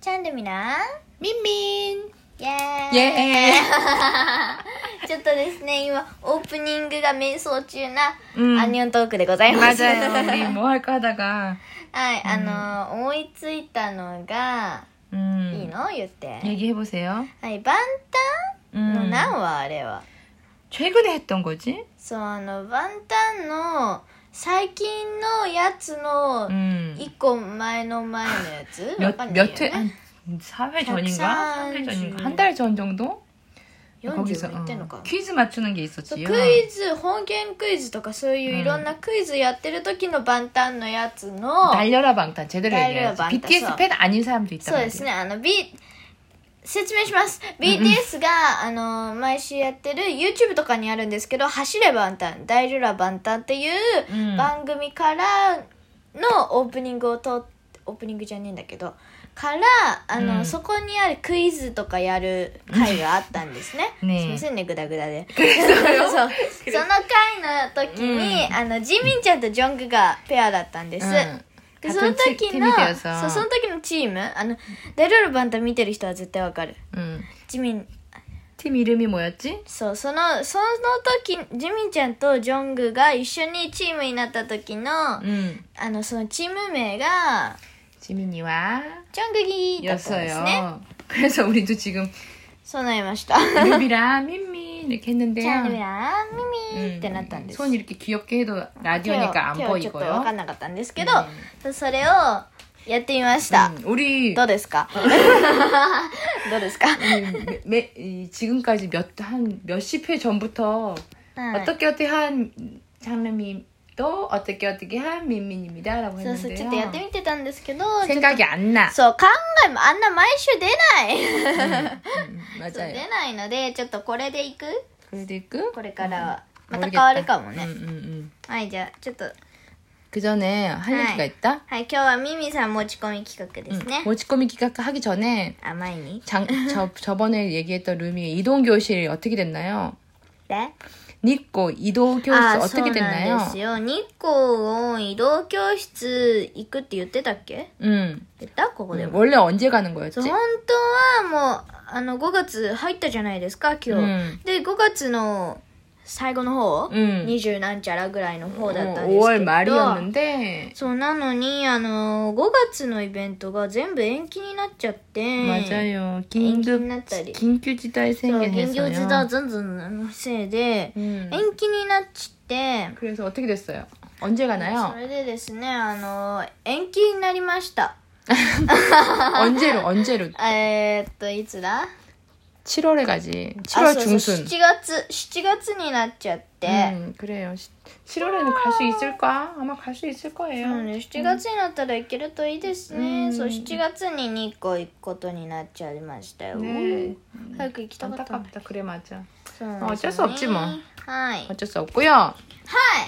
찬드미랑 みんみんイエーイイエちょっとですね今オープニングが瞑想中な、うんアニオントークでございます 음, 맞아요 우리 뭐 할까 하다가 はいあの、思いついたのが、 음, いいの言って、 얘기해보세요 음, はい万端の何はあれは、 최근에 했던 거지? そうあの万端の最近のやつの 음. 一個前の前のやつ 몇, わかんないよ 몇 회? ね 한 4회 전인가? 3회 전인가? 한 달 전 정도? 40言 어, ってんのか、 퀴즈 맞추는 게 そう 있었지요. クイズ方言クイズとかそういううんいろんなクイズやってる時の万端のやつの、 날려라 방탄 제대로 날려라 얘기해야지. 어. 방탄, BTS 써. 팬 아닌 사람도 있단 そうですねあの B 説明します BTS が、あの毎週やってる YouTube とかにあるんですけど「走れ万端」「大ルラ万端」っていううん番組からのオープニングをとオープニングじゃねえんだけどからあの、うんそこにあるクイズとかやる回があったんですね ねえすいませんねグダグダ で そうその回の時に、あのジミンちゃんとジョングがペアだったんです、 응. でその 같은 치- 時の 팀이 되어서. そうその時のチームあのダルルバンタ見てる人は絶対わかる 응. ジミン 팀 이름이 뭐였지? そうそのその時ジミンちゃんとジョングが一緒にチームになった時の、 응. あのそのチーム名が 지민이와 ジョングギーだったんですね 였어요. 그래서 우리도 지금 そうなりました 루비랑 민민 이렇게 チャ 했는데요. ンネルやミミー 응. ってなったんです 손 이렇게 귀엽게 해도 手を 라디오니까 안 手をちょっと 보이고요. 음, 分かんなかったんですけど、うんそうそれをやってみました、 음, 우리 どうですかどうですか、 매- 매- 이 지금까지 몇 한 몇십 회 전부터 はい 어떻게 어떻게 한 장면이 또 어떻게 어떻게 한 민민입니다라고 そう 했는데요. そうちょっとやってみてたんですけど 생각이 안 나. そう考えもあんな毎週出ない 음, そう 맞아요. 出ないのでちょっとこれでいく 그래도 있고 これからは、また 모르겠다. 変わるかもね、 음, 음, 음. はいじゃあちょっと 그 전에 할 네. 얘기가 있다. はい今日はミミさん持ち込み企画で 음, すね、 모치꼬미 기각하기 전에 あ前に 장, 저, 저번에 얘기했던 루미의 이동 교실이 어떻게 됐나요? であ 니꼬 이동 교실 ー 어떻게 そうなん 됐나요? ですよ日光を移動教室行くって言ってたっけ 음, 言ったここで 음, も、 원래 언제 가는 そ 거였지? う本当はもうあの5月入ったじゃないですか今日、うんで5月の最後の方、 음. 二十何ちゃらぐらいの方だったんですけど 5월 말이었는데 そうなのにあの5月のイベントが全部延期になっちゃって 음. 맞아요. 인기 긴급 나다리. 네, 긴급지달 そう現 생겨서요. 業時代ずんずんのせいで、 음. 延期になっちって 그래서 어떻게 됐어요? 언제 そ 가나요? れでですねあの延期になりました 언제로 언제로? えー、っといつだ 7월에 가지. あ 7월 そうそう 중순. 7月7月になっちゃって、 음, 그래요. 7월에는 갈 수 있을까? 아마 갈 수 있을 なの 거예요. で7月になったらいけるといいですね、うんそう7月に日光行くことになっちゃいましたよ、 네. 早く行きたかったな 안타깝다. 그래 맞아. そうなんまあですよ 어쩔수없지뭐 はいはい 어쩔 수 없고요.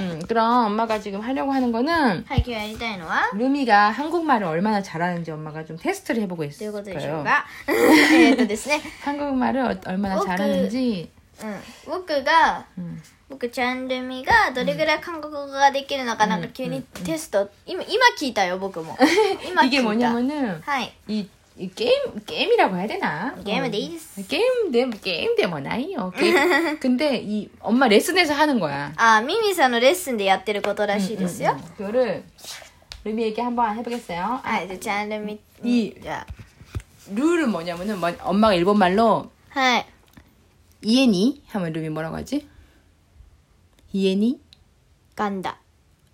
음, 그럼 엄마가 지금 하려고 하는 거는 はい今日やりたいのは 루미가 한국말을 얼마나 잘하는지 엄마가 좀 테스트를 해보고 ということでしょう 있어요. か えーっとですね 한국말을 어- 얼마나 어, 그- 잘하는지. うん僕が 음. 僕チャンルミがどれぐらい韓国語ができるのか、なんか急にテスト、今今聞いたよ僕 も今聞い 이게 た 뭐냐면은 はい 이 이 게임 게임이라고 해야 되나? 게임은 네. 어, 데이스. 게임 대 게임 대뭐 나이요. 어, 게임. 근데 이 엄마 레슨에서 하는 거야. 어, あミミさんのレッスンでやってることらしいですよ、 그거를 루미에게 한번 해보겠어요. はいじゃあチャンルミいいじゃ 룰은 뭐냐면은 뭐, 엄마가 일본 말로 あはい 이에니 하면 루미 뭐라고 하지? 이에니? ガンダ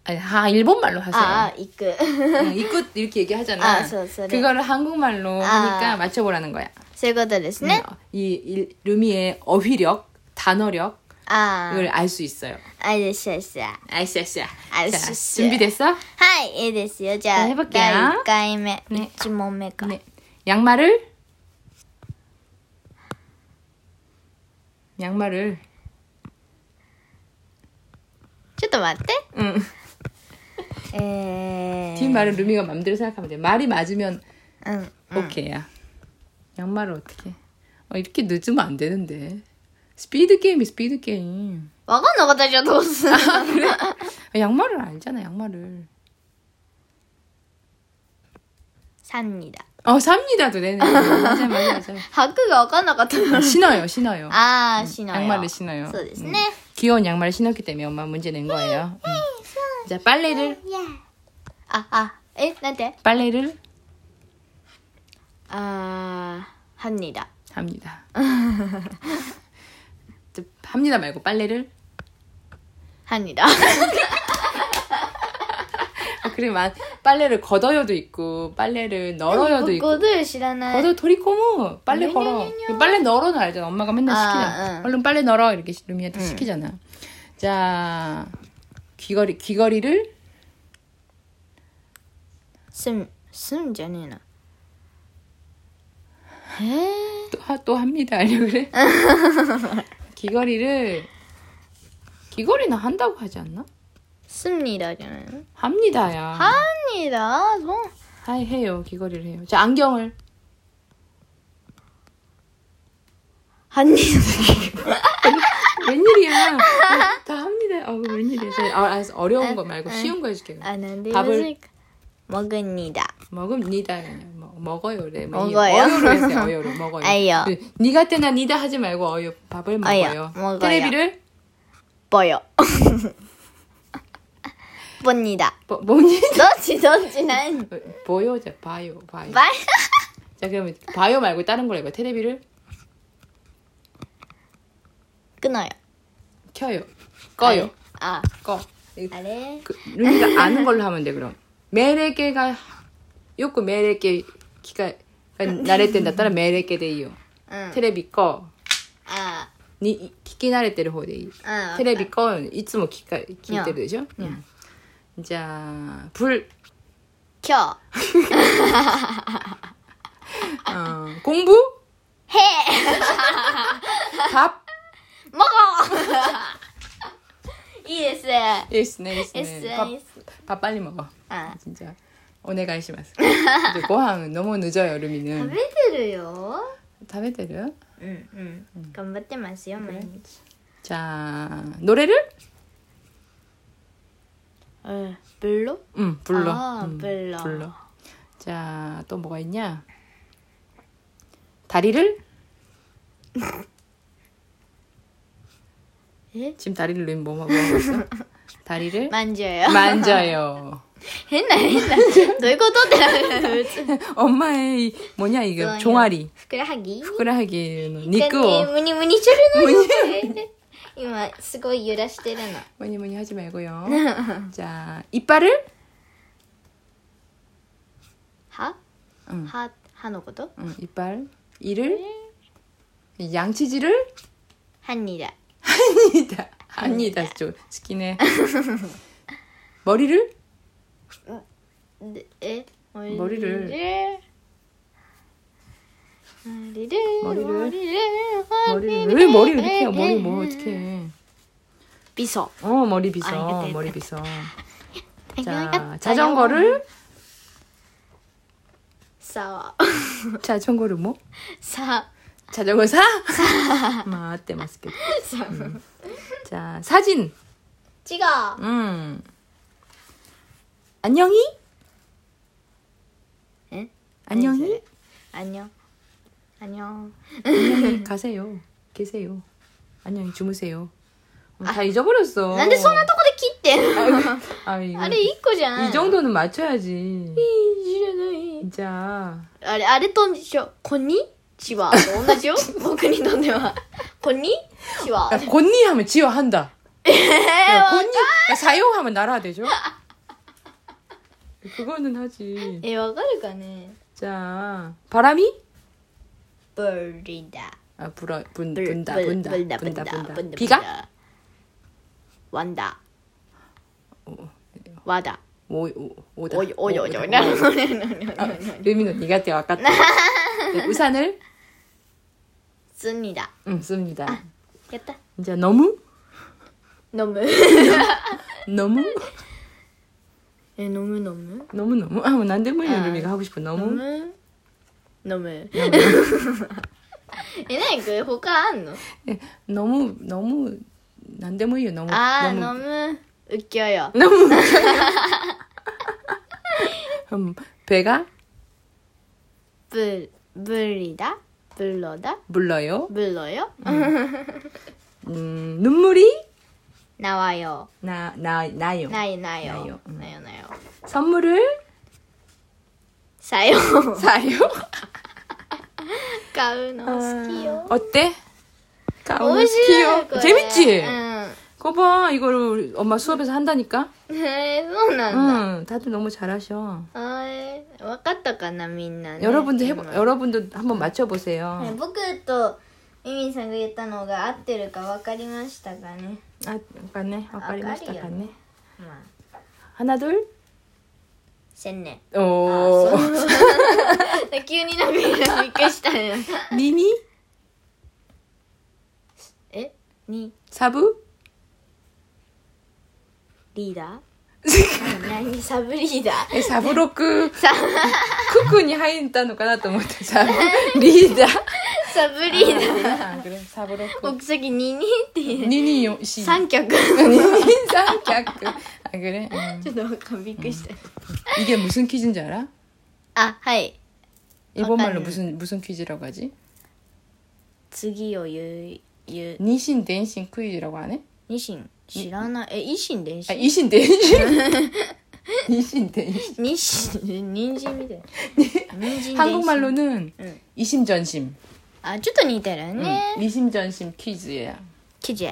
아니, 하 일본 말로 하세요. ああ行く 응, 이끝 이렇게 얘기하잖아. 아, 저, 저래. 그거를 한국말로 아. 네? 하니까 맞춰보라는 거야. そういうことですね、 응, 어, 이, 이 루미의 어휘력, 단어력을 ああ 알 수 있어요. あいでしょよっしゃ 아이씨아씨야 아이씨, 자, 아이씨. 준비됐어? はいいいですよじゃあ じゃあ해볼게요 第1回目、ね1問目か、 네. 양말을 양말을 ちょっと待って 응. えー、 뒷말은 루미가 맘대로 생각하면 돼. 말이 맞으면 うん、 오케이야. 양말을 어떻게? 어, 이렇게 늦으면 안 되는데. 스피드 게임이 스피드 게임. わかんなかったじゃんどうする 아, 양말을 알잖아. 양말을. 3 2だ 아, 삽니다도 되네. 맞아요, 맞아요, 맞아요. 履くが分かんなかった 신어요, 신어요. 아 신어요 양말을 신어요. そうですね 음. 귀여운 양말을 신었기 때문에 엄마 문제 낸 거예요. 음. 자, 빨래를, ああえなんて 빨래를 あーハンニーだ 합니다. 자, 합니다 말고 빨래를. ハンニーだ 아, 그래, 만 빨래를 걷어요도 있고, 빨래를 널어요도 ゴ 있고. ドゥ知らない 걷어 도리코모 빨래 아. 아니요, 걸어. 아니요, 아니요. 빨래 널어는 알잖아. 엄마가 맨날 아, 시키잖아. 응. 얼른 빨래 널어 이렇게 루미한테 시키잖아. 자, 귀걸이 귀걸이를 すんすんじゃねえなえー 또 또 합니다. 알려 그래? 귀걸이를 귀걸이는 한다고 하지 않나? 씁니다 잖아요 합니다야. 합니다. 뭐 하이 해요. 귀걸이를 해요. 자, 안경을 합니다. 웬일이야? 다 합니다. 어, 웬일이야? 자, 아, 알았어. 어려운 거 말고 쉬운 거 해줄게요. 아, 근데 밥을- 요새 먹습니다. 먹읍니다. 뭐, 먹어요. 그래. 뭐, 먹어요. 어요로 했어요. 어요로. 먹어요. 아이요. 그, 니가 때나 니다 하지 말고 어요. 밥을 아이요. 먹어요. 먹어요. 테레비를 뻐요. 쁩니다. 뭐, 뭐니? 너지 너지 난 어, 보요. 자, 봐요. 봐요. 말. 자, 그러면 봐요 말고 다른 걸 해봐. 테레비를 끊어요. 켜요. 꺼요. 아, 꺼. 이- 아れ 그, 루미가 아는 걸로 하면 돼, 그럼. 매래게가, 요거 매래게, 기가, 나래땐다 따라 매래게 데이요. うん。 테레비 꺼. あ、に聞き慣れてる方でいい。ああテレビこういつも聞か聞いてるでしょ、うんじゃあ、불、 今うん 어, 공부 日へえ、 밥 も う。いいですね。いいっすね、いいっすいいっすねね。いいっす 네, 밥, 밥 빨리 먹어. あ、 진짜. お願いします。でご飯너무 늦어요, 食 루미는. べてるよ。食べてる?うんうん。頑張ってますよ毎日。 자, 노래를? うん。ブロ。 응, 불러. 아, 음, 불러. 불러. 자, 또 뭐가 있냐? 다리를? 예? 지금 다리를 루미 뭐 먹어? 다리를? まんじゅうよ。 만져요. 変な変な。どういうことってな る。別に 엄마의 이- 뭐냐 이거 그거예요. 종아리 ふくらはぎ 후라기는 だって 니끄 ムニムニしてるのよ今すごい揺らしてるの 뭐니 뭐니 하지 말고요. 자 이빨을 歯 응, 歯歯のこと 응, 이빨 이를 양치질을 歯にだ 합니다. 합니다. 좀 스키네. 머리를 でえ 머리를 머리를 머리를 머리를 머리를 왜 머리를 이렇게 해요? 머리 뭐 어떻게 해? ビソ 어 머리 아, 이거 비서 됐다. 머리 비서. 자 자전거를 사 자전거를 뭐? さ 자전거 사? 아, 맞대 맞게. 음. 자 사진. 違う 음. 안녕히? 네? 응? 안녕히? 안녕안녕 안녕히 가세요. 계세요. 안녕히 주무세요. 어, 다 잊어버렸어. なんでそんなとこで切ってんの 아, 이거- あれ一個じゃない 이 정도는 맞춰야지. 知らない 진짜. あれ、あれと一緒。こんにちは。と同じよ。僕にとっては。こんにちは。 야, 곤니 하면 지워한다. 야, 곤니 야, 사용하면 그러니까 날아야 되죠? 그거는 하지. え、わかるかね 자, 바람이? ブリだ。 아, 불어, 분, ブ 분다, ブ 분다, ブリだ、ブリ 분다, だ、ブリ 분다. だ。 비가? ワンダ。 어, ワダ。 오, 오, 오다. おいおいおいおい。 오다. なるほど 루미노 니가 때 왔갔다. 네, 우산을 つにだ。 음, 씁니다. やった。 이제 너무 飲む。 너무 え、飲む飲む 너무 너무 아, 난데 뭐야 아. 루미가 하고 싶어 飲 너무 む飲む。え、なんか他あんの 예, 너무 너무 난데 뭐야 너무 あー、飲 너무 む。うっきょよ。 음, 배가 불 불이다 불러다 불러요. 불러요 음, 눈물이 나와요 나, 나, 나요. 나이 나요 나요, 음. 나요 나요 선물을 사요 사요. 買うの好きよ 어때? 面白いこれ 재밌지? うん 거봐, 이거를 우리 엄마 수업에서 한다니까? へ えそうなんだ、 응, 다들 너무 잘하셔. あー分かったかなみんな、ね、 여러분도 해보, 今 여러분도 한번 맞춰보세요. ね僕とミミさんが言ったのが合ってるか分かりましたかね 아, 갔네. 아까 아까 리마시타 아리야. 갔네. まあ 하나, 둘. 千年 아, 오. 急になんかびっくりしたね 미니, えに 사부, リーダー何サブリーダー 에, 사부로크, サ 쿠쿠니 하인다노까나と思って 사부, 리다. サブリーダー 아, 그래, 사부로크. 僕先ににっていう 니니 요시. 三 脚 니니 삼격. 아, 그래? 음. ちょっとわかんびっくりした、 이게 무슨 퀴즈인지 알아? あはい 일본말로 약간- 무슨 무슨 퀴즈라고 하지? 次を言う言う 니신 댄신 퀴즈라고 하네? ニシン知らないえ維新伝 아 心 이신 댄신. 이신 댄신. ニシン人参 みたいな人参伝心 한국말로는 응. 이심전심. あちょっと似てる 응. ね 이심전심 퀴즈예요. 記事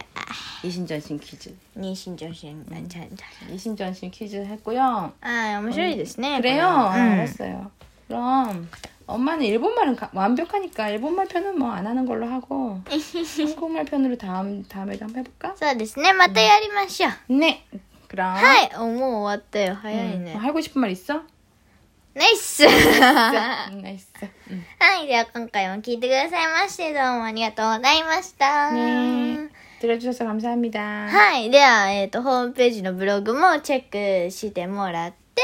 이심전심 퀴즈. 妊娠女子になっちゃうんだ 이심전심 퀴즈 했고요. ああ面白いですね 그래요. こ 아, れはうん 알았어요. 그럼 엄마는 일본말은 가- 완벽하니까 일본말 편은 뭐 안 하는 걸로 하고 한국말 편으로 다음 다음에도 한번 해볼까? そうですねまたやりましょう 네. 그럼 はいおもう終わったよ早 음, い 뭐 ね 하고 싶은 말 있어? ナイ スは 음, 나이스. 음. いでは今回も聞いてくださいましてどうもありがとうございました 네. ね 네. 들어주셔서 감사합니다. はいでは、えっとホームページのブログもチェックしてもらって、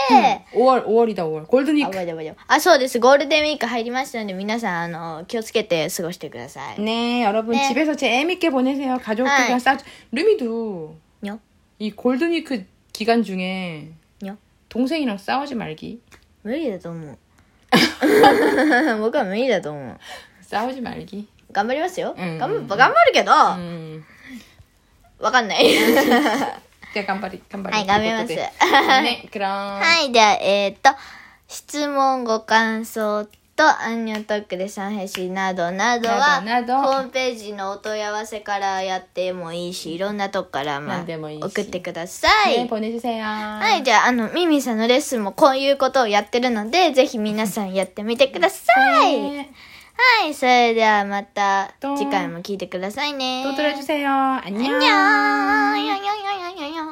5월 5월이다 5월 골든위크. あわじゃわじゃあそうですゴールデンウィーク入りましたので皆さんあの気をつけて過ごしてください 네 여러분 네. 집에서 재미있게 보내세요. 가족들과 아이. 싸. 루미도 にょ 이 골든위크 기간 중에 にょ 동생이랑 싸우지 말기. 無理だと 思う僕は無理だと思う 싸우지 말기. 頑張りますよ、うん頑張頑張るけど、 음. わかんない。は 네, 간발이 간발이. い、頑張ります。 네, 그럼. はい、では、えっ、と、質問、ご感想と、アンニョントークで上海市などなどは、などなどホームページのお問い合わせからやってもいいし、いろんなとこから、まなあ、んでもいいし送ってください。 네, 보내주세요. はい、じゃあ、あの、ミミさんのレッスンもこういうことをやってるので、ぜひ皆さんやってみてくださ い。 네, はい、それではまたどう次回も聞いてくださいね。 또 들어주세요. 안녕. 안녕. 안녕.